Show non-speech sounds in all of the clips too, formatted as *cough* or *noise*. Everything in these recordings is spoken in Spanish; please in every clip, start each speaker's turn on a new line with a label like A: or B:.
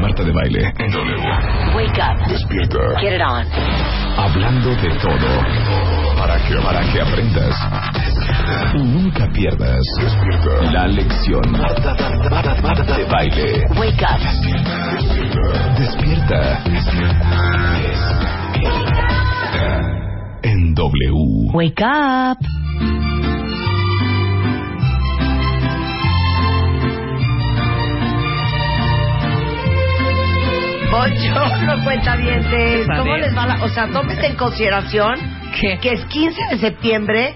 A: Marta de Baile en W.
B: Wake up.
A: Despierta.
B: Get it on.
A: Hablando de todo. Para que, para que aprendas. Y nunca pierdas. Despierta. La lección. Marta de Baile.
B: Wake up.
A: Despierta. Despierta. En W.
B: Wake up. Buongiorno, cuentavientes. ¿Cómo les va la.? O sea, tómese en consideración
C: ¿Qué?
B: que es 15 de septiembre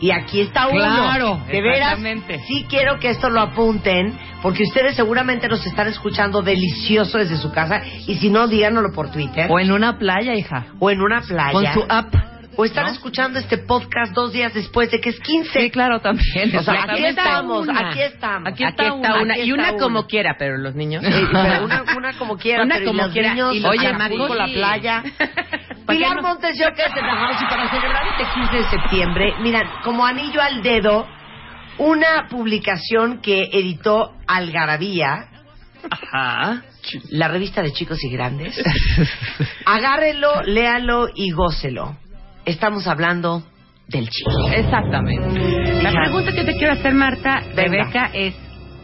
B: y aquí está uno.
C: Claro,
B: de veras.
C: exactamente.
B: Sí quiero que esto lo apunten, porque ustedes seguramente nos están escuchando delicioso desde su casa. Y si no, díganoslo por Twitter.
C: O en una playa, hija.
B: o en una playa.
C: Con su app.
B: O están
C: ¿no?
B: escuchando este podcast dos días después de que es 15.
C: Sí, claro, también.
B: O sea,
C: Exactamente.
B: aquí estamos, aquí estamos.
C: Aquí está, una.
B: aquí
C: Y una
B: está
C: como
B: una.
C: quiera, pero los niños.
B: Eh, pero una, una como quiera,
C: Una
B: pero y
C: como
B: los
C: quiera,
B: niños,
C: y los
B: oye,
C: chamacos,
B: Acapulco, la
C: sí.
B: *laughs* playa.
C: ¿Pa' qué
B: Pilar
C: no?
B: Montes, yo que es de Tamaulipas, y para celebrar este 15 de septiembre, miran, como anillo al dedo, una publicación que editó Algarabía,
C: Ajá.
B: la revista de chicos y grandes. Agárrelo, léalo y gócelo. Estamos hablando del chico.
C: *laughs* Exactamente. La
B: Hija.
C: pregunta que te quiero hacer, Marta,
B: Venga.
C: Rebeca, es: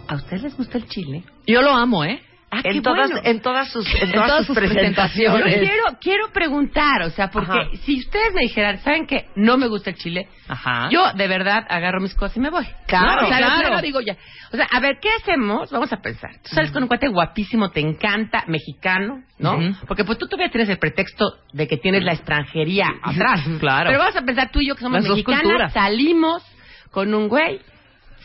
C: ¿a ustedes les gusta el chile? Yo lo amo, ¿eh? Ah, qué
B: en, todas,
C: bueno.
B: en todas sus, en
C: En
B: todas sus presentaciones.
C: Yo quiero, quiero preguntar, o sea, porque
B: Ajá.
C: si ustedes me dijeran, ¿saben que no me gusta el chile? Ajá. Yo de verdad agarro mis cosas y me voy.
B: Claro,
C: No, o sea,
B: claro.
C: de plano digo ya. O sea, a ver, ¿qué hacemos? Vamos a pensar. Tú sales con un cuate guapísimo, te encanta, mexicano, ¿no? Porque pues tú todavía tienes el pretexto de que tienes la extranjería atrás.
D: Claro.
C: Pero vamos a pensar tú y yo que somos
D: Las dos
C: mexicanas,
D: culturas.
C: salimos con un güey,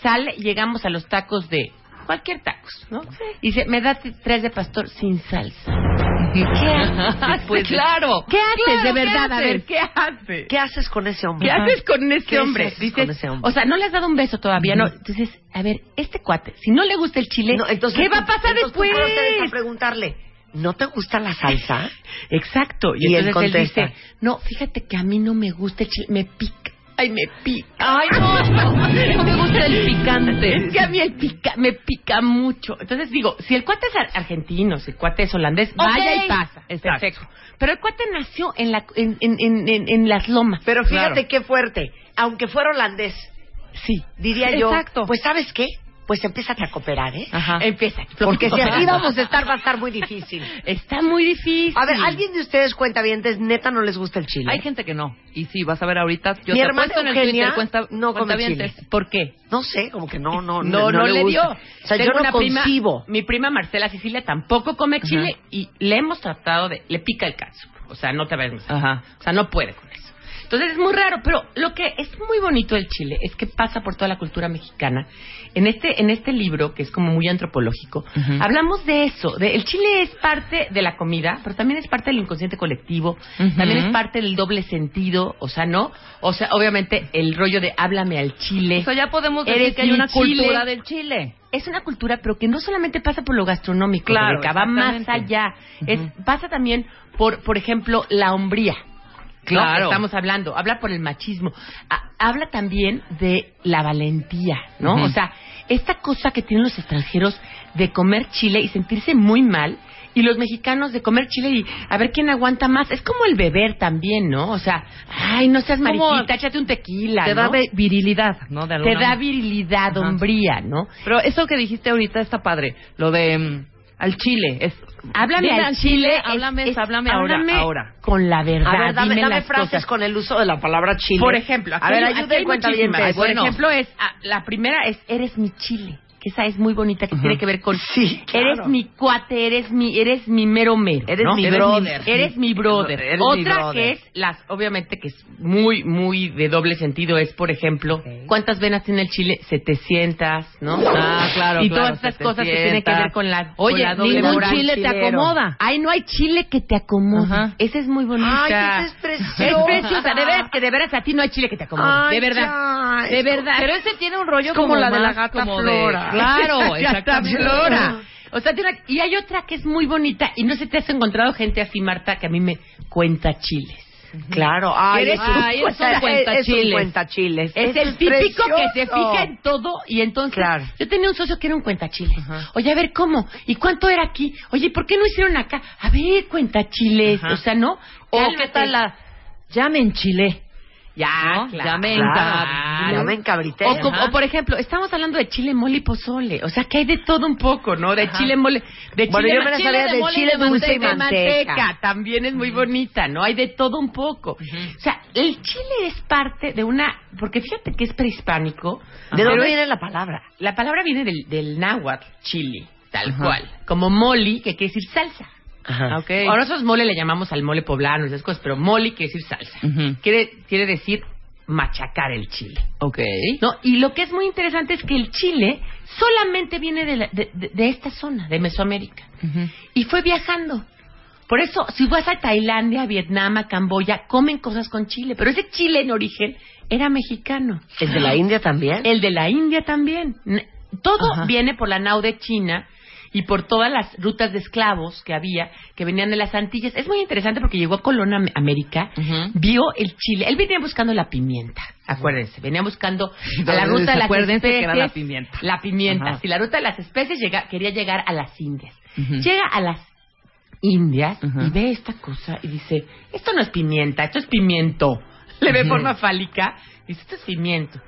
C: sale, llegamos a los tacos de cualquier tacos, ¿no? Y dice, me da t- tres de pastor sin salsa. *laughs* ¿Qué haces?
D: Pues,
C: claro. ¿Qué haces
B: Claro,
C: de
B: ¿qué
C: verdad? A
B: haces?
C: ver, ¿qué haces?
B: ¿Qué haces con ese hombre?
C: ¿Qué haces con
B: ¿Qué
C: ese hombre?
B: haces con ese hombre?
C: O sea, no le has dado un beso todavía, ¿no? Entonces, a ver, este cuate, si no le gusta el chile,
B: No, entonces
C: ¿qué
B: tú-
C: va a pasar
B: entonces tú
C: después?
B: puedes hacer esa- preguntarle, ¿no te gusta la salsa?
C: *laughs* Exacto. Y,
B: Y él
C: entonces él,
B: contesta.
C: dice, no, fíjate que a mí no me gusta el chile, me pica. Ay, me pica.
B: Ay,
C: No, no, no me gusta el picante. Es que a mí el pica, me pica mucho. Entonces digo, si el cuate es ar- argentino, si el cuate es holandés, vaya y pasa.
D: Exacto.
C: Perfecto. Pero el cuate nació en, la, en, en, en, en- en las lomas.
B: Pero
D: Claro.
B: fíjate qué fuerte. Aunque fuera holandés,
C: sí.
B: diría yo,
C: Exacto.
B: pues ¿sabes qué? Pues empieza a cooperar, ¿eh?
C: Ajá. Empieza.
B: Porque si así vamos a estar, va a estar
C: *laughs*
B: muy difícil.
C: Está muy difícil.
B: A ver, ¿alguien de ustedes cuenta bien? neta no les gusta el chile.
E: Hay gente que no. Y sí, vas a ver ahorita. Yo
B: Mi
E: te
B: hermana
E: apuesto en el
B: Eugenia
E: Twitter cuenta,
B: no come
E: cuentavientes.
B: chile.
C: ¿Por qué?
B: No sé, como que no, no,
C: no, no, le, dio.
B: gusta. O sea,
C: Tengo
B: yo no
C: una prima-
B: concibo.
C: mi prima Marcela Sicilia tampoco come chile y le hemos tratado de... Le pica el catsup. O sea, no te ves.
E: Ajá.
C: O sea, no puede con eso. Entonces es muy raro, pero lo que es muy bonito del Chile es que pasa por toda la cultura mexicana. En este, en este libro, que es como muy antropológico,
E: Ujú.
C: hablamos de eso. de- el Chile es parte de la comida, pero también es parte del inconsciente colectivo,
E: Ujú.
C: también es parte del doble sentido, o sea, ¿no? O sea, obviamente el rollo de háblame al Chile.
E: O sea, ya podemos decir
C: Eres
E: que hay
C: mi
E: una
C: chile.
E: cultura del chile.
C: es una cultura, pero que no solamente pasa por lo gastronómico,
E: Claro,
C: Rebeca, va más
E: exactamente.
C: allá. es, pasa también por, por ejemplo, la hombría. ¿no?
E: Claro.
C: Que Estamos hablando, habla por el machismo. Ha- habla también de la valentía, ¿no?
E: Ujú.
C: O sea, esta cosa que tienen los extranjeros de comer chile y sentirse muy mal. Y los mexicanos de comer chile y a ver quién aguanta más. Es como el beber también, ¿no? O sea, ay, no seas
E: Como-
C: mariquita, échate un tequila,
E: Te
C: ¿no?
E: da ve- virilidad, ¿no? De
C: Te
E: alguna
C: da
E: manera.
C: virilidad,
E: Ajá.
C: hombría, ¿no?
E: Pero eso que dijiste ahorita está padre. Lo de mm, al chile. Es,
C: Háblame
E: Dile
C: al chile, es-
E: háblame,
C: es-
E: háblame ahora,
C: háblame
E: ahora.
C: Con la verdad.
B: A ver, dame,
C: dime
B: dame
C: las
B: frases
C: cosas.
B: con el uso de la palabra chile.
C: Por ejemplo, aquí
B: a ver,
C: hay- aquí
B: ayuda
C: hay
B: y cuenta bien.
C: muchísimas. Por
E: Bueno.
C: ejemplo, es ah, la primera es eres mi chile. ¿Qué esa es muy bonita que tiene que ver con
B: Sí, claro.
C: eres mi cuate, eres mi eres mi mero mero,
B: Eres
C: ¿no?
B: mi brother.
C: eres mi brother.
E: Eres mi
C: Otra
E: brother.
C: que es las obviamente que es muy muy de doble sentido es por ejemplo, ¿cuántas venas tiene el chile? 700, ¿no?
E: Ah, claro,
C: Y
E: claro,
C: todas estas cosas que tienen
E: 700.
C: que ver con la
E: Oye,
C: con la doble
E: ningún
C: moral.
E: chile te acomoda.
C: Ay, no hay chile que te acomoda.
E: Ajá.
C: Esa es muy bonita.
B: Ay, esa es preciosa.
C: *laughs* Es preciosa, de veras que de veras a ti no hay chile que te acomode, de verdad. de verdad.
E: Pero ese tiene un rollo
C: Es como
E: como,
C: la de la
E: más
C: gata
E: como
C: Flora.
E: De, claro,
C: La gata
E: exactamente.
C: Flora. O sea, tiene una- y hay otra que es muy bonita y no sé si te has encontrado gente así, Marta, que a mí me cuenta chiles.
B: Claro, ay,
C: Eres un-
B: ay, es un
C: cuentachiles.
B: Es un cuentachiles.
C: Es
B: Eso
C: el típico que se
B: precioso.
C: fija en todo y entonces
B: Claro.
C: yo tenía un socio que era un cuentachiles. Oye, a ver cómo y cuánto era aquí. Oye, ¿por qué no hicieron acá? A ver, cuentachiles, o sea, ¿no?
E: O
C: Cálmate.
E: qué tal la... Ya me enchilé. Ya,
C: ¿No?
E: ya me
B: Claro,
E: encab-
B: ya me encabrité.
C: O, como-
B: Ajá.
C: o, por ejemplo, estamos hablando de chile mole y pozole, o sea que hay de todo un poco, ¿no? De chile mole, de
B: Bueno,
C: chile,
B: yo me la
C: chile
B: sabía de
C: mole
B: chile dulce y
C: de
B: manteca.
C: también es muy bonita, ¿no? Hay de todo un poco. O sea, el chile es parte de una, porque fíjate que es prehispánico.
B: ¿De
C: pero
B: dónde
C: es-
B: viene la palabra?
C: La palabra viene del, del náhuatl, chile, tal
E: Ajá.
C: cual, como moli, que quiere decir salsa.
E: Ah, ok.
C: Ahora nosotros mole le llamamos al mole poblano, esas cosas, pero moli quiere decir salsa.
E: Ujú.
C: quiere, quiere decir machacar el chile.
E: Ok.
C: ¿no? Y lo que es muy interesante es que el chile solamente viene de, la- de- de- de esta zona, de Mesoamérica.
E: Ujú.
C: Y fue viajando. Por eso, si vas a Tailandia, Vietnam, a Camboya, comen cosas con chile. Pero ese chile en origen era mexicano.
B: ¿El de la India también?
C: El de la India también. N- Todo
E: Ajá.
C: viene por la nau de China y por todas las rutas de esclavos que había, que venían de las Antillas. Es muy interesante porque llegó Colón a Am- América,
E: Ujú.
C: vio el chile. Él venía buscando la pimienta, acuérdense. Venía buscando a la ruta de
E: Entonces,
C: las especies.
E: acuérdense que era la pimienta.
C: La pimienta.
E: Ajá.
C: Si la ruta de las especies llega, quería llegar a las Indias.
E: Ujú.
C: Llega a las Indias
E: Ujú.
C: y ve esta cosa y dice, esto no es pimienta, esto es pimiento. *laughs* Le ve forma fálica, dice, esto es pimiento.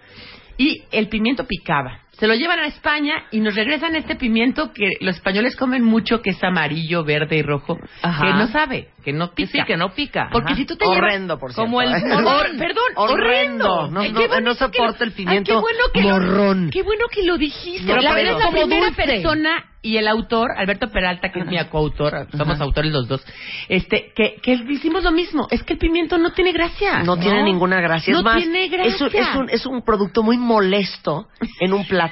C: Y el pimiento picaba. Se lo llevan a España y nos regresan este pimiento que los españoles comen mucho, que es amarillo, verde y rojo,
E: Ajá.
C: que no sabe, que no
E: Sí,
C: pica.
E: sí, que no pica.
C: Porque
E: Ajá.
C: si tú te
B: Horrendo,
C: llevas-
B: por cierto.
E: como el
B: Horrendo.
C: Hor- perdón, horrendo.
B: No,
C: Ay,
B: no,
C: qué
B: no
C: bonito
B: soporto
C: que lo-
B: el pimiento
C: ay, qué bueno que lo-
B: morrón.
C: qué bueno que lo dijiste.
B: No
C: la verdad
B: puedo.
C: es la
E: Como
C: primera
E: dulce.
C: persona y el autor, Alberto Peralta, que es mi coautor, somos autores los dos, este, que, que hicimos lo mismo. Es que el pimiento no tiene gracia.
B: No tiene ninguna gracia.
C: No
B: es más,
C: tiene gracia.
B: Es, un, es, un, es un producto muy molesto en un plato.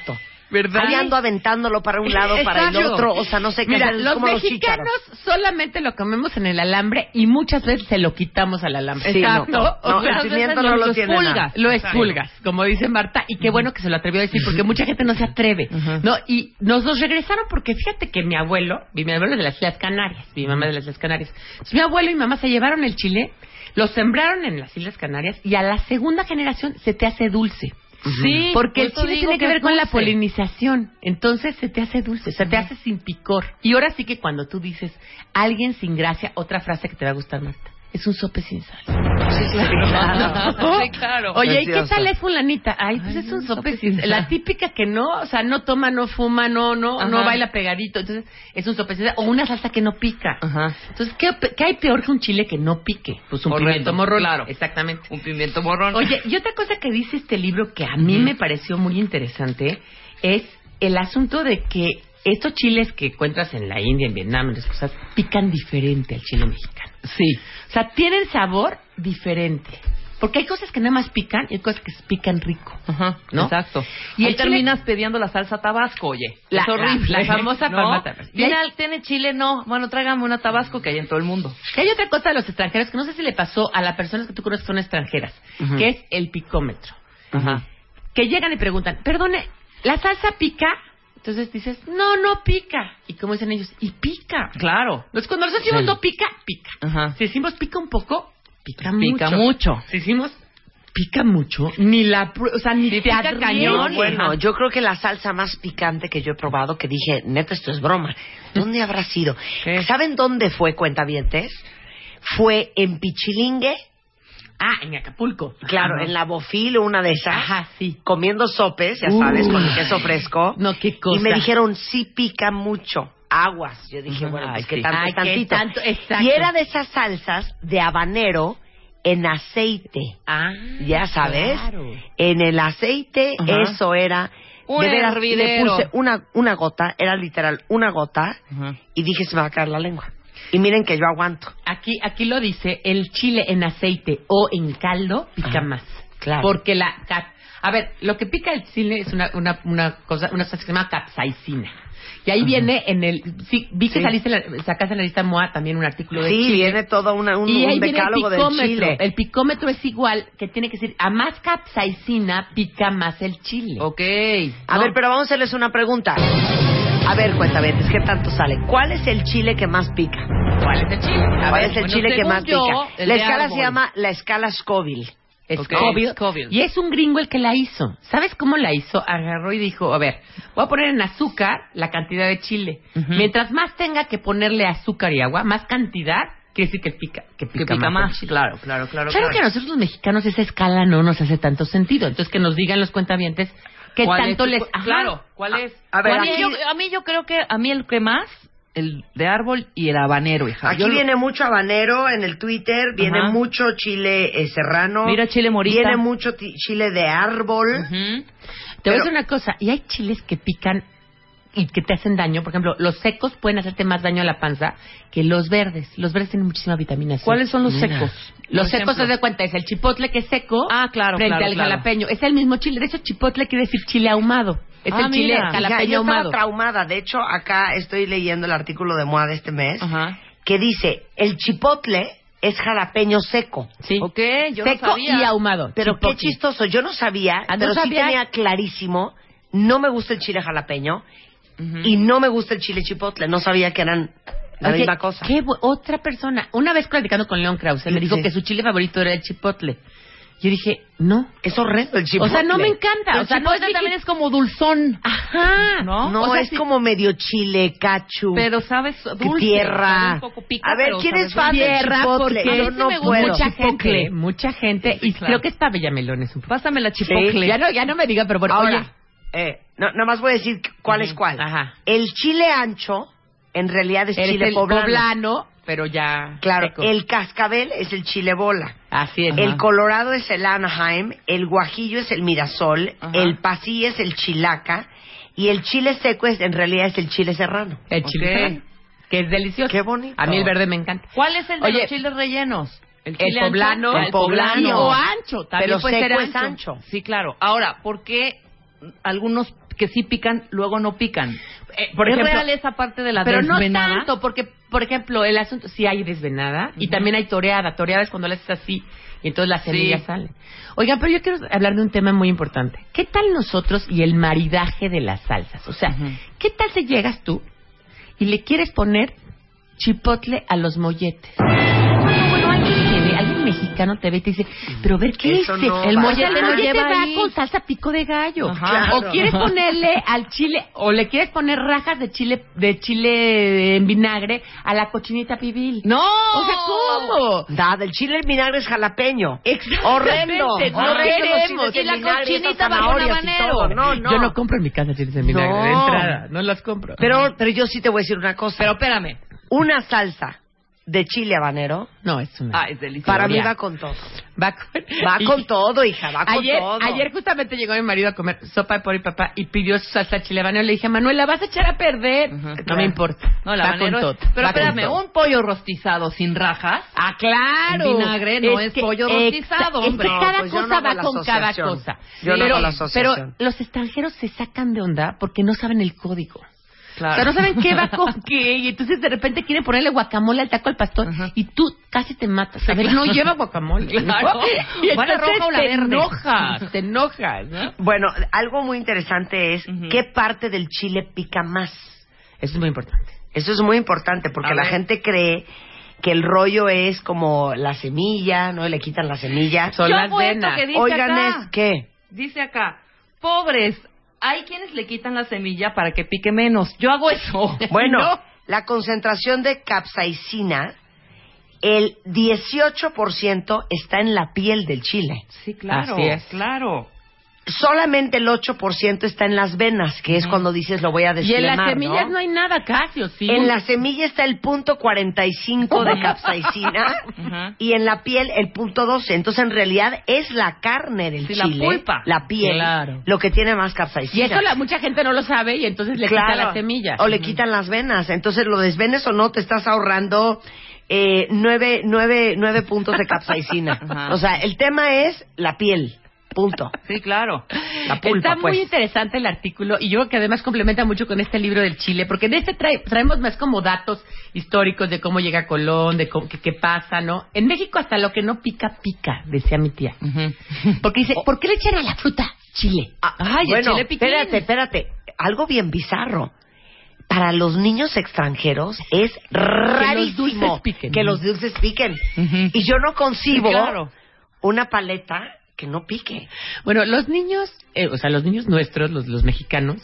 C: ¿Verdad?
B: Ahí ando aventándolo para un lado, para el
C: Exacto.
B: otro. O sea, no sé qué
C: Mira,
B: hacer. es
C: los
B: como
C: mexicanos
B: chícharos.
C: solamente lo comemos en el alambre y muchas veces se lo quitamos al alambre.
B: Sí,
C: Exacto.
B: no, no, no,
C: O sea,
B: el
C: muchas
B: pimiento
C: veces
B: no lo tiene
C: expulgas,
B: nada.
C: lo expulgas, como dice Marta, y qué bueno que se lo atrevió a decir porque mucha gente no se atreve, ¿no? Y nos los regresaron porque fíjate que mi abuelo, mi abuelo es de las Islas Canarias, mi mamá es de las Islas Canarias. Entonces, mi abuelo y mi mamá se llevaron el chile, lo sembraron en las Islas Canarias y a la segunda generación se te hace dulce.
E: Sí,
C: Porque el
E: por eso
C: chile
E: digo
C: tiene que,
E: es
C: ver con la
E: dulce.
C: *laughs* polinización. Entonces se te hace dulce, se te hace sin picor. Y ahora sí que cuando tú dices alguien sin gracia, otra frase que te va a gustar, Marta. Es un sope sin sal.
E: Ah,
C: *laughs*
E: *laughs*
C: Oh.
E: Sí, claro.
C: Oye, ¿y qué
B: Preciosa.
C: tal es fulanita? Ay, pues es un sope sin sal. La típica que no, o sea, no toma, no fuma, no, no, no
E: Ajá.
C: baila pegadito. Entonces, es un sope sin sal. O una salsa que no pica.
E: Ajá.
C: Entonces, ¿qué, ¿qué hay peor que un chile que no pique? Pues un
E: Horrendo,
C: pimiento morrón.
E: claro.
C: Exactamente.
E: Un pimiento morrón.
C: Oye, y otra cosa que dice este libro que a mí me pareció muy interesante es el asunto de que estos chiles que encuentras en la India, en Vietnam, en las cosas, pican diferente al chile mexicano.
E: sí.
C: O sea, tienen sabor diferente. Porque hay cosas que nada más pican y hay cosas que pican rico.
E: Ajá,
C: ¿no?
E: exacto.
C: Y
E: Y
C: el
E: ahí
C: chile-
E: terminas pidiendo la salsa tabasco, oye.
C: La-
E: es horrible.
C: la- la *laughs* famosa
E: ¿no?
C: palma tabasco.
E: Viene al- tiene chile, no. Bueno, tráigame una tabasco que hay en todo el mundo.
C: Y hay otra cosa de los extranjeros que no sé si le pasó a las personas que tú conoces que son extranjeras, que es el picómetro.
E: Ajá.
C: que llegan y preguntan, perdone, ¿la salsa pica? Entonces dices, no, no pica. Y como dicen ellos, y pica.
E: Claro.
C: Entonces, cuando nosotros decimos
E: Sí.
C: no pica, pica.
E: Ajá.
C: Si decimos pica un poco, pica,
E: Pica
C: mucho.
E: mucho.
C: Si decimos pica mucho, ni la, pru- o sea, ni
E: Sí,
C: te
E: pica
C: atrevas.
E: cañón.
B: No, bueno, yo creo que la salsa más picante que yo he probado, que dije, neta, esto es broma. ¿Dónde habrá sido?
E: ¿Qué?
B: ¿Saben dónde fue, cuentavientes? Fue en Pichilingue,
C: Ah, en Acapulco.
B: claro,
C: Ajá.
B: en la Bofil o una de esas,
C: Ajá, sí.
B: comiendo sopes, ya sabes,
C: Uy.
B: con el queso fresco.
C: No, qué cosa.
B: Y me dijeron, sí pica mucho, aguas. Yo dije,
E: Ujú,
B: bueno, pues
E: ay,
B: que
E: sí.
B: tanto,
C: Ay,
B: es
C: qué
B: tantito.
C: tanto, exacto.
B: Y era de esas salsas de habanero en aceite.
C: Ah,
B: Ya sabes,
C: claro.
B: en el aceite
E: Ajá.
B: eso era
E: Un
B: de veras, le
E: hervidero.
B: puse una, una gota, era literal una gota, y dije se me va a caer la lengua. Y miren que yo aguanto.
C: Aquí, aquí lo dice, el chile en aceite o en caldo pica más.
B: claro.
C: Porque la... cap- A ver, lo que pica el chile es una, una, una cosa, una sustancia que se llama capsaicina. Y ahí viene en el... Sí, vi que
B: Sí.
C: saliste, en la- sacaste en la lista MOA también un artículo de
B: sí,
C: chile.
B: viene todo una, un,
C: y
B: un
C: ahí viene el
B: decálogo del
C: picómetro.
B: chile.
C: El picómetro es igual, que tiene que decir, a más capsaicina pica más el chile.
E: Ok.
B: A
C: No.
B: ver, pero vamos a hacerles una pregunta. A ver, cuéntame, es que tanto sale. ¿Cuál es el chile que más pica?
C: ¿Cuál es el chile? A
B: ¿Cuál
C: ver,
B: es el
E: bueno,
B: chile que
E: según
B: más
E: yo,
B: pica?
E: el
B: La
E: de
B: escala
E: árbol.
B: se llama la escala Scoville.
C: Es
E: Ok,
C: Scoville.
E: Scoville.
C: Y es un gringo el que la hizo. ¿Sabes cómo la hizo? Agarró y dijo, a ver, voy a poner en azúcar la cantidad de chile.
E: Ujú.
C: Mientras más tenga que ponerle azúcar y agua, más cantidad, quiere decir que pica, que pica,
E: Que pica
C: más. el
E: más.
C: chile.
E: Claro, claro, claro.
C: Claro que a nosotros los mexicanos esa escala no nos hace tanto sentido. Entonces que nos digan los cuentavientes qué
E: ¿Cuál es
C: tanto
E: tu-
C: les...
E: cu-
C: Ajá.
E: claro, ¿cuál es?
B: A ver,
E: a, mí
B: aquí-
E: yo, a mí yo creo que a mí el que más, el de árbol y el habanero, hija.
B: Aquí
E: Yo lo-
B: viene mucho habanero en el Twitter, viene
E: Ajá.
B: mucho chile eh, serrano.
E: Mira, chile morita.
B: Viene mucho ti- chile de árbol.
E: Ujú.
C: Te voy a
B: Pero-
C: decir una cosa, y hay chiles que pican y que te hacen daño. Por ejemplo, los secos pueden hacerte más daño a la panza que los verdes. Los verdes tienen muchísima vitamina C.
E: ¿Cuáles son los secos?
C: Los
E: Por
C: secos,
E: ejemplo.
C: te das cuenta, es el chipotle que es seco
E: Ah, claro,
C: frente
E: claro,
C: al
E: claro.
C: jalapeño. Es el mismo chile. De hecho, chipotle quiere decir chile ahumado. Es
E: Ah,
C: el chile
E: mira.
B: Hija, yo
C: jalapeño
B: estaba
C: ahumado.
B: traumada. De hecho, acá estoy leyendo el artículo de MOA de este mes
E: Ajá.
B: que dice, el chipotle es jalapeño seco.
C: Sí.
E: Ok, yo no
C: Seco
E: sabía.
C: y ahumado.
B: Pero
C: chipotle.
B: qué chistoso, yo no sabía,
C: Ah, ¿no
B: pero sí
C: sabías?
B: tenía clarísimo, no me gusta el chile jalapeño
E: Ujú.
B: y no me gusta el chile chipotle, no sabía que eran la
C: Oye,
B: misma cosa.
C: qué bu- otra persona. Una vez platicando con León Krause, me dijo
B: Sí.
C: que su chile favorito era el chipotle. Yo dije, no.
B: Es horrendo el chipotle.
C: O sea, no me encanta.
E: Pero
C: o sea,
E: el
C: no es
E: chipotle
C: mi-
E: también es como dulzón.
C: Ajá.
E: ¿No?
B: No,
C: O sea,
B: es
C: sí-
B: como medio chile, cachu.
E: Pero sabes,
B: que
E: dulce.
B: tierra.
E: sabe un poco pico,
B: a ver,
E: pero
B: ¿quién
E: sabe
B: es fan del
C: Tierra,
B: chipotle?
C: porque
B: Yo
C: este
B: no
C: me gusta
B: puedo.
C: mucha gente,
E: Chipotle.
C: mucha gente,
E: Sí,
C: y
E: claro.
C: creo que está Bellamelón es un
E: Pásame la chipotle.
C: Ya no, ya no me diga, pero bueno,
B: Ahora,
C: oye,
B: eh, no, nada más voy a decir cuál es
C: Ujú,
B: cuál.
C: ajá.
B: El chile ancho, en realidad es
C: eres
B: chile
C: el
B: poblano.
C: poblano. pero ya
B: Claro,
C: seco.
B: el cascabel es el chile bola.
C: así es.
B: El Colorado es el Anaheim, el Guajillo es el Mirasol,
E: Ajá.
B: el Pasí es el Chilaca y el chile seco es en realidad es el chile serrano.
C: El chile
E: Ok.
C: serrano, que es delicioso.
B: Qué bonito.
C: A mí el verde me encanta.
E: ¿Cuál es el de
C: Oye,
E: los chiles rellenos?
C: El
E: chile ancho?
C: poblano,
E: Ah,
C: el poblano.
E: Sí, o ancho, también
B: Pero
E: puede
B: seco
E: ser
B: es
E: ancho.
B: ancho.
E: Sí, claro. Ahora, ¿por qué algunos que sí pican luego no pican?
C: Eh, por
E: ¿Es
C: ejemplo,
E: real esa parte de la
C: pero
E: desvenada?
C: no tanto, porque, por ejemplo, el asunto, sí hay desvenada y también hay toreada. Toreada es cuando la haces así y entonces las
E: Sí.
C: semillas salen. Oigan, pero yo quiero hablar de un tema muy importante. ¿Qué tal nosotros y el maridaje de las salsas? O sea,
E: Ujú.
C: ¿qué tal si llegas tú y le quieres poner chipotle a los molletes? Bueno, bueno, alguien que ve, alguien mexicano te ve y te dice, pero a ver, ¿qué
B: Eso
C: es
B: no
C: El
B: va.
C: mollete,
E: Claro.
C: no lleva
E: va
C: va
E: ahí.
C: con salsa pico de gallo.
E: Ajá.
B: Claro.
C: O quieres ponerle al chile, o le quieres poner rajas de chile, de chile en vinagre a la cochinita pibil.
E: ¡No!
C: O sea, ¿cómo?
B: Nada, el chile en vinagre es jalapeño.
C: Exactamente,
B: Horrendo.
C: no
B: Horrendo
C: queremos.
B: los chiles
E: Y la
B: en vinagre, esas
E: cochinita bajo
B: zanahorias y
E: habanero.
B: todo. No, no.
C: Yo no compro en mi casa chiles en vinagre de
B: No.
C: entrada, no las compro.
B: Pero, pero yo sí te voy a decir una cosa.
E: Pero espérame.
B: una salsa de chile habanero
C: no, es una.
E: Ah, es delicioso.
B: para mí
C: teoría.
B: va
C: *laughs*
B: con todo.
C: Va con,
B: Va
C: *laughs* y-
B: con todo, hija, va con
C: Ayer,
B: todo.
C: ayer justamente llegó mi marido a comer sopa de pori papá y pidió su salsa chile habanero. Le dije, Manuel, la vas a echar a perder.
E: Ujú.
C: No me importa.
E: No, el
C: Va
E: habanero
C: con
E: es-
C: todo,
E: Pero
C: va con
E: espérame,
C: todo.
E: un pollo rostizado sin rajas.
C: Ah, claro.
E: En vinagre, no es
C: que
E: pollo
C: ex-
E: rostizado,
C: es
E: hombre.
C: que
E: No,
C: cada
B: pues yo no
C: cosa
B: hago
C: va
B: la
C: con cada
B: asociación.
C: cosa.
B: Yo no
C: pero,
B: hago la asociación.
C: pero los extranjeros se sacan de onda porque no saben el código.
E: Claro.
C: O sea, no saben qué va
E: *laughs*
C: con qué. Y entonces de repente quieren ponerle guacamole al taco al pastor.
E: Ajá.
C: Y tú casi te matas. A ver, no lleva guacamole.
E: Claro.
C: *laughs* Y
E: ¿Va la
C: entonces
E: roja o la
C: te
E: verde?
C: enojas. Te enojas. ¿no?
B: Bueno, algo muy interesante es
E: Ujú.
B: qué parte del chile pica más.
C: Eso es muy importante.
B: Eso es muy importante porque
E: A
B: la
E: ver.
B: gente cree que el rollo es como la semilla, ¿no? Le quitan la semilla.
C: Son
E: Yo
C: las
E: hago esto
C: venas.
E: que dice
B: Oigan,
E: acá.
B: es que
E: Dice acá, pobres, hay quienes le quitan la semilla para que pique menos. Yo hago eso.
C: *laughs*
B: Bueno,
E: No.
B: la concentración de capsaicina, el 18% está en la piel del chile.
E: Sí, claro.
C: Así es.
E: Claro.
B: solamente el 8% está en las venas, que es cuando dices lo voy a
C: Y en
B: desflemar,
C: las semillas
B: ¿no?
C: no, hay nada casi, ¿o sí?
B: En la semilla está el punto
C: *laughs*
B: 45 de capsaicina
E: Ujú.
B: y en la piel el punto 12. Entonces, en realidad, es la carne del
E: Sí, la
B: chile,
E: pulpa.
B: la piel,
C: Claro.
B: lo que tiene más
C: Y
B: capsaicina.
C: eso la, mucha gente no lo sabe y entonces le quita
B: Claro.
C: la semilla.
B: O le quitan las venas. Entonces, lo desvenes o no, te estás ahorrando eh, nueve, nueve, nueve puntos de
C: *laughs*
B: capsaicina.
E: Ajá.
B: O sea, el tema es la piel. Punto.
E: Sí, claro.
B: La pulpa,
C: Está
B: pues.
C: muy interesante el artículo y yo creo que además complementa mucho con este libro del Chile, porque en este trae- traemos más como datos históricos de cómo llega Colón, de cómo- qué qué pasa, ¿no? En México hasta lo que no pica, pica, decía mi tía. Porque dice, ¿por qué le echan a la fruta chile? Ay, el
B: Ah, bueno,
C: chile piquín.
B: espérate, espérate. Algo bien bizarro. Para los niños extranjeros es rarísimo
C: dulces piquen.
B: que los dulces piquen. Y yo no concibo
C: Sí, claro.
B: una paleta que no pique.
C: Bueno, los niños, eh, o sea, los niños nuestros, los, los mexicanos,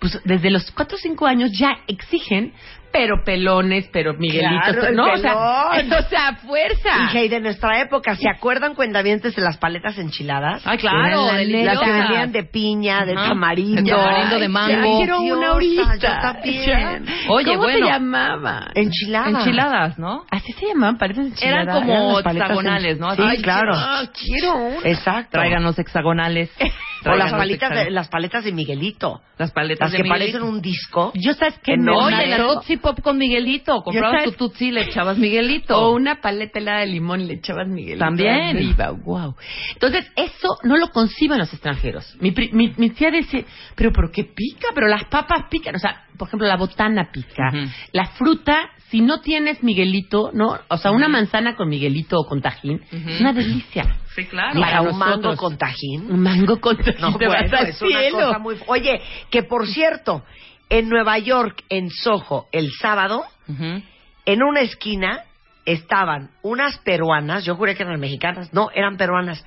C: pues desde los 4 o 5 años ya exigen, pero pelones, pero Miguelitos,
B: Claro, el
C: ¿no? O sea,
B: pelón.
C: *laughs* o sea, fuerza.
B: Hija, y de nuestra época, ¿se acuerdan cuentavientes de las paletas enchiladas?
C: Ay, claro,
B: Eran la- las que
C: deliciosas.
B: venían de piña, de
E: Ajá.
B: tamarindo.
E: De tamarindo, de
B: Ay,
E: mango.
B: ya
C: Quiero una ahorita.
B: Yo también.
C: Ya.
E: Oye,
C: ¿Cómo
E: bueno.
C: se llamaba?
B: Enchiladas.
E: Enchiladas, ¿no?
C: Así se llamaban, parecen enchiladas.
E: Eran como
B: las paletas
E: hexagonales, ¿no?
B: Sí,
E: Ay,
B: claro.
C: Ah, quiero una.
B: Exacto.
E: Tráiganos *laughs* hexagonales.
B: o las
E: Tráiganos
B: paletas de,
E: hexagonales.
B: las paletas de Miguelito.
E: este Las paletas
B: Las
E: de
B: que
E: Miguelito.
B: parecen un disco.
C: Yo sabes que
B: No,
C: no,
B: y
E: Oye,
B: en
E: la
B: Exacto.
E: Tootsie Pop con Miguelito. Comprabas tu
C: sabes-
E: Tootsie y le echabas Miguelito.
C: O una paleta helada de limón y le echabas Miguelito.
E: También.
C: Arriba, wow. Entonces, eso no lo conciben los extranjeros. Mi, pri- mi, mi tía dice, pero ¿por qué pica? Pero las papas pican. O sea, por ejemplo, la botana pica.
E: Ujú.
C: La fruta, si no tienes Miguelito, ¿no? O sea, una manzana con Miguelito o con tajín,
E: Ujú.
C: es una delicia.
E: Sí, claro.
B: Para
C: Para
B: un mango
C: nosotros.
B: con tajín.
E: Mm,
C: Un mango con tajín
B: No,
C: te vas
B: bueno,
C: al
B: es una
C: cielo.
B: cosa muy... Oye, que por cierto, en Nueva York, en Soho, el sábado,
E: Ujú.
B: en una esquina estaban unas peruanas, yo juré que eran mexicanas, no, eran peruanas,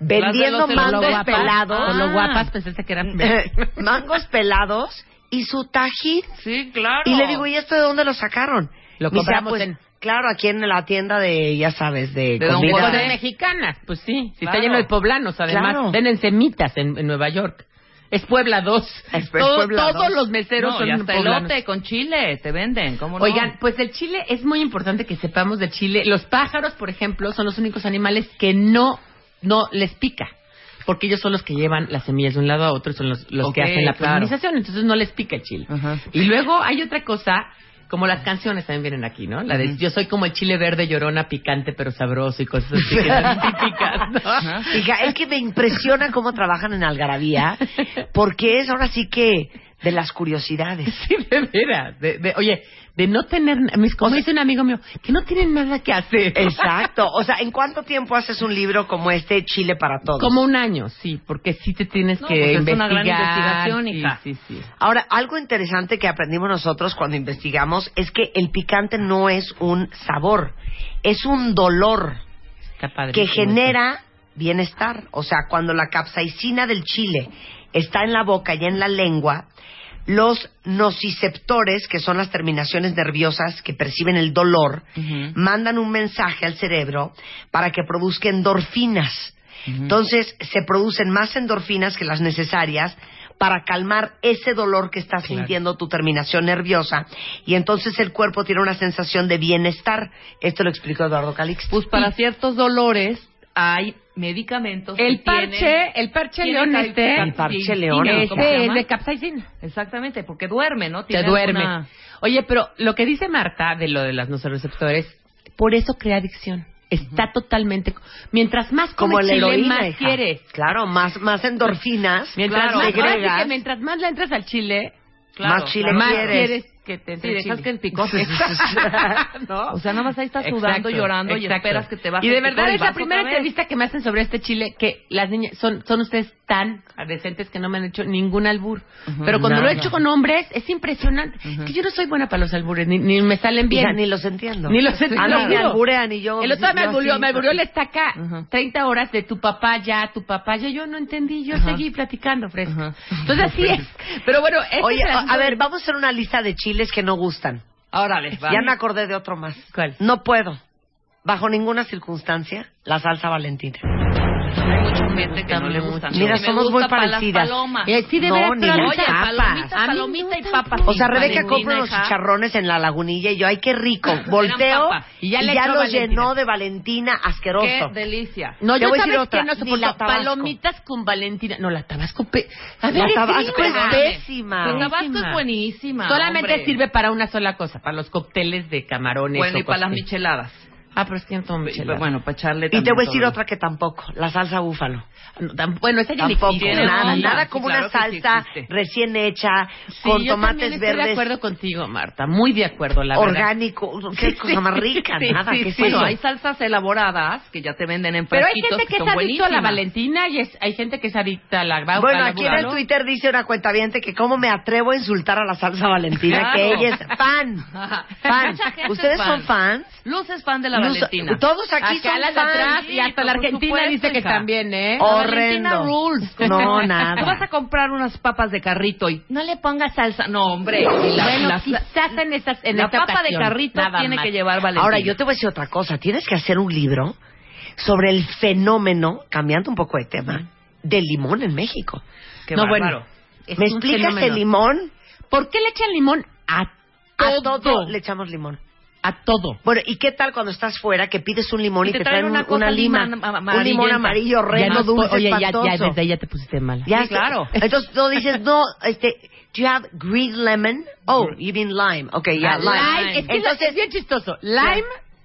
B: vendiendo
E: los
C: Por lo
B: mangos
C: guapas-
B: pelados,
C: Por
E: Ah.
C: lo guapas pensaste que
E: *laughs*
C: eran
B: *laughs* mangos pelados y su tajín.
E: Sí, claro.
B: Y le digo, ¿y esto de dónde lo sacaron?
C: Lo
B: Me dice,
C: compramos
B: "Ah, pues,
C: en-
B: Claro, aquí en la tienda de, ya sabes, de,
E: De Don
B: comida".
E: José.
C: Cosas
B: *laughs*
C: mexicanas, pues sí. Si
E: Claro.
C: está lleno de poblanos, además.
B: Claro.
C: Venden semitas en, en Nueva York. Es Puebla 2.
B: Es- es
C: Todo-
B: Puebla
C: todos
B: 2.
C: los meseros
E: No,
C: son
E: y hasta
C: poblanos.
E: elote con chile te venden, ¿cómo no?
C: Oigan, pues el chile es muy importante que sepamos de chile. Los pájaros, por ejemplo, son los únicos animales que no, no les pica. Porque ellos son los que llevan las semillas de un lado a otro, y son los, los
E: Ok,
C: que hacen la
E: claro.
C: polinización, entonces no les pica el chile.
E: Ajá.
C: Y luego hay otra cosa, como las canciones también vienen aquí, ¿no? La de
E: Ujú.
C: yo soy como el chile verde llorona, picante pero sabroso y cosas así que
B: *laughs*
C: son típicas, ¿no? *laughs*
E: Ajá.
B: Hija, es que me impresiona cómo trabajan en Algarabía, porque es ahora sí que de las curiosidades.
C: Sí, de veras. De, de- oye, de no tener. mis- Como dice un amigo mío, que no tienen nada que hacer.
B: Exacto. O sea, ¿en cuánto tiempo haces un libro como este, Chile para Todos?
C: Como un año, sí, porque sí te tienes
E: No,
C: que
E: pues es
C: investigar.
E: una gran investigación,
C: sí,
E: hija.
C: Sí, sí.
B: Ahora, algo interesante que aprendimos nosotros cuando investigamos es que el picante no es un sabor, es un dolor
C: Está padre.
B: que genera bienestar. O sea, cuando la capsaicina del chile está en la boca y en la lengua, los nociceptores, que son las terminaciones nerviosas que perciben el dolor,
E: Ujú.
B: mandan un mensaje al cerebro para que produzca endorfinas. Entonces, se producen más endorfinas que las necesarias para calmar ese dolor que está sintiendo tu terminación nerviosa y entonces el cuerpo tiene una sensación de bienestar. Esto lo explicó Eduardo Calixto.
E: Pues para ciertos dolores hay medicamentos.
C: El
E: que
C: parche,
E: tienen-
C: el parche
E: tienen
C: león este.
E: calcificación.
B: El parche
E: Sí,
B: león,
E: sí,
B: ¿no?
E: ¿cómo se
C: Este es
E: llama?
C: de capsaicina.
E: Exactamente, porque duerme, ¿no?
C: Te
E: Tiene
C: duerme.
E: alguna-
C: Oye, pero lo que dice Marta de lo de las nociceptores, por eso crea adicción. Está totalmente. Mientras más come
B: como la
C: chile,
B: heroína,
C: más
B: hija.
C: quieres.
B: Claro, más, más endorfinas.
C: Mientras,
E: Claro.
C: más, ahora sí
B: segregas.
C: que mientras más le entras al chile,
E: Claro,
B: más chile
E: claro.
C: más
B: quieres.
C: quieres que te
E: Sí,
C: entre
E: dejas
C: chile.
E: que el picote.
C: *laughs* ¿No?
E: O sea, nada más ahí estás
C: Exacto,
E: sudando, llorando y
C: exacto.
E: esperas que te baje
C: Y de
E: el picor
C: verdad
E: y
C: es la
E: vas
C: primera
E: otra vez.
C: entrevista que me hacen sobre este chile que las niñas son son ustedes tan adolescentes que no me han hecho ningún albur. Pero cuando lo he
B: nada.
C: hecho con hombres es impresionante. Que yo no soy buena para los albures ni, ni me salen
B: Mira,
C: bien.
B: ni los entiendo.
C: Ni los entiendo.
B: A mí me
C: Claro.
B: alburean y yo.
C: El otro día me
B: yo
C: alburió,
B: así.
C: me alburió la estaca
E: Ujú.
C: 30 horas de tu papá ya, tu papá ya. Yo no entendí, yo seguí platicando, Fresco.
E: Ajá.
C: Entonces
E: *laughs*
C: así es. Pero bueno, este
B: pues. Oye,
C: es el
B: a,
C: asunto
B: a ver,
C: de-
B: vamos a hacer una lista de chiles que no gustan.
E: Órale, va.
B: Ya me acordé de otro más.
C: ¿Cuál?
B: No puedo, bajo ninguna circunstancia, la salsa valentina.
E: Hay mucha gente que no le gusta.
B: Mira, somos muy parecidas.
E: Las palomas.
C: Eh, sí, de
B: No,
C: veras,
B: ni
C: pero a mí
B: las
C: me-
B: papas.
C: palomitas,
E: A mí me
C: palomita y
E: gustan
C: papas.
B: O sea,
C: sin
B: Rebeca
C: Valentina,
B: compra unos
C: hija.
B: chicharrones en la lagunilla y yo, ay, qué
C: *laughs*
B: rico.
C: Eran
B: Volteo
C: papas.
B: y
C: Y
B: ya,
C: ya le echó
B: lo
C: Valentina.
B: llenó de Valentina asqueroso.
E: Qué delicia.
C: No,
B: Te
C: yo
B: voy a
C: sabes
B: decir otra,
C: que no
B: ni
C: soporto
B: la Tabasco.
C: palomitas con Valentina. No, la Tabasco... pe- A ver,
B: La
C: es
B: Tabasco es
C: libre.
B: pésima.
E: La Tabasco
C: Buenísima.
E: es buenísima.
C: Solamente
E: hombre.
C: sirve para una sola cosa, para los cócteles de camarones.
E: Bueno,
C: o
E: y para las
C: cosas así.
E: micheladas.
C: Ah, pero es que no tomo
E: Y,
C: micheladas.
E: Bueno, para echarle
B: Y te
E: también
B: voy a decir
E: todo.
B: otra que tampoco, la salsa búfalo.
C: No, tam- bueno, esa yo ni
B: Tampoco,
C: quiero.
B: nada,
E: onda.
B: nada
E: Sí,
B: como
E: claro
B: una
E: que sí
B: salsa
E: existe.
B: recién hecha,
C: Sí,
B: con
C: yo también
B: tomates
C: estoy de acuerdo
B: verdes,
C: contigo, Marta. Muy de acuerdo, la verdad. *laughs*
B: orgánico, qué
E: *laughs*
B: cosa más rica,
C: sí,
B: nada,
C: sí,
B: que
C: sí.
E: Bueno,
C: Eso.
E: hay salsas elaboradas que ya te venden en
C: Pero hay
E: frasquitos
C: gente que es
E: son
C: adicta a la
E: buenísimas.
C: Valentina y es- hay gente que es adicta a la Bauca,
B: Bueno,
C: a la
B: aquí en el
C: Búfalo.
B: Twitter dice una cuenta que cómo me atrevo a insultar a la salsa Valentina,
E: Claro.
B: que ella
C: *laughs*
B: es fan, fan.
E: Mucha gente es
B: ¿Ustedes
E: fan.
B: son fans?
E: Luz es fan de la
B: Luz-
E: Valentina.
B: Todos aquí
C: Acá
B: son
C: las de
B: fans.
C: atrás y hasta la
E: por
C: Argentina
E: supuesto,
C: dice que
E: hija.
C: también, ¿eh?
B: Oh.
E: La
B: Horrendo.
E: Valentina rules. *laughs*
B: No, nada.
E: Tú vas a comprar unas papas de carrito y no le pongas salsa. No, hombre. La,
C: bueno,
E: la-
C: quizás en, esas, en
E: la
C: esta
E: papa de
C: ocasión,
E: carrito
C: nada
E: tiene
C: más.
E: que llevar Valentina.
B: Ahora, yo te voy a decir otra cosa. Tienes que hacer un libro sobre el fenómeno, cambiando un poco de tema, del limón en México.
E: Qué
C: no,
E: bárbaro.
C: bueno. es
B: ¿Me
C: un
B: explicas el
C: fenómeno.
B: limón?
C: ¿Por qué le echan limón a
B: A
C: todo?
B: todo le echamos limón.
C: A todo.
B: Bueno, ¿y qué tal cuando estás fuera que pides un limón y, te traen, un- una,
E: cosa
B: lima?
E: lima
B: un limón amarillo,
E: amarillenta.
C: Ya
B: reno,
C: nos po-
B: dulce,
C: Oye, ya,
B: espantoso.
C: ya desde ahí ya te pusiste mala.
B: Ya
E: Sí,
B: sé.
E: claro.
B: Entonces tú dices, no, este, do you have green lemon? Oh, you mean lime. Okay, yeah,
C: Ah,
B: lime.
C: Es que
B: Entonces-
C: Entonces, es bien chistoso. Lime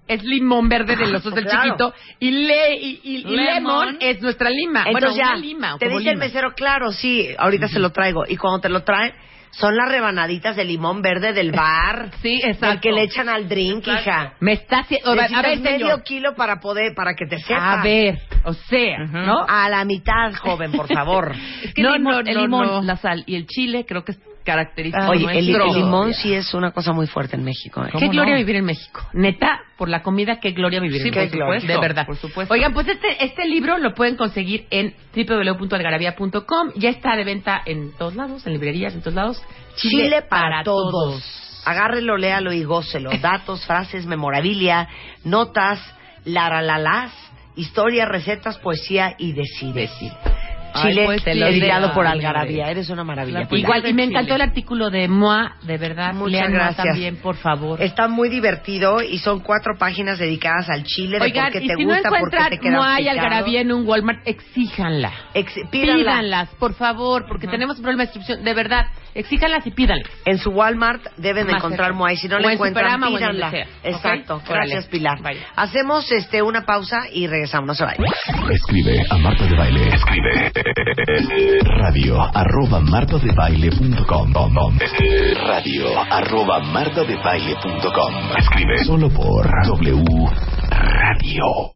C: es limón verde de los ojos del
B: Claro.
C: chiquito y, le, y, y- y
E: Lemon.
C: lemon es nuestra lima.
B: Entonces
C: bueno,
B: ya,
C: una lima. o
B: te
C: como
B: dice el
C: lima.
B: mesero, claro, sí, ahorita se lo traigo. Y cuando te lo traen, son las rebanaditas de limón verde del bar.
E: Sí,
B: El
E: exacto.
B: que le echan al drink,
E: Exacto.
B: hija.
C: Me está haciendo... A
B: Necesitas
C: ver,
B: medio
C: señor.
B: kilo para poder, para que te sepa.
C: A ver, o sea,
E: Ujú.
C: ¿no?
B: A la mitad, joven, por
C: *laughs*
B: favor.
E: Es que
C: No,
E: el limón,
C: no,
E: el
C: no,
E: limón,
C: no.
E: la sal y el chile creo que es característico
B: Oye, el,
E: nuestro.
B: el limón sí es una cosa muy fuerte en México. ¿eh?
C: Ah, Qué gloria
E: no?
C: vivir en México. Neta, por la comida, qué gloria vivir
E: Sí,
C: en
E: por
C: México. ¿eh?
E: supuesto,
C: de verdad.
E: por supuesto.
C: Oigan, pues este, este libro lo pueden conseguir en www.algarabía.com. Ya está de venta en todos lados, en librerías, en todos lados.
B: Chile, para, todos. Agárrelo, léalo y
C: *laughs*
B: gócelo. Datos, frases, memorabilia, notas, laralalas, historias, recetas, poesía y decides.
C: Ay,
B: Chile,
C: pues, te lo
B: editado
C: digo.
B: por Algarabía. Eres una maravilla.
E: La
B: Pilar.
C: Igual, y me
E: Chile.
C: encantó el artículo de Moa, de verdad.
B: Muchas
C: Lean Moa
B: gracias.
C: también, por favor.
B: Está muy divertido y son cuatro páginas dedicadas al chile, de
C: Oigan,
B: por qué
C: y
B: te
C: si no
B: gusta, por qué
C: encuentran
B: te queda
C: Moa y Algarabía en un Walmart, exíjanla.
B: pídanla.
C: Pídanlas, por favor, porque tenemos un problema de distribución. De verdad, exíjanlas y pídanlas.
B: En su Walmart deben de
C: Más
B: encontrar
C: cerca.
B: Moai. Si no
C: O
B: la
C: en
B: encuentran,
C: Superama o en
B: pídanla.
C: donde sea. ¿Ok?
B: Exacto.
C: Órale.
B: Gracias, Pilar.
C: Vaya.
B: Hacemos este, una pausa y regresamos. No se vayan.
A: Escribe a Marta de Baile. Escribe radio arroba martadebaile.com Radio arroba martadebaile.com Escribe solo por W Radio.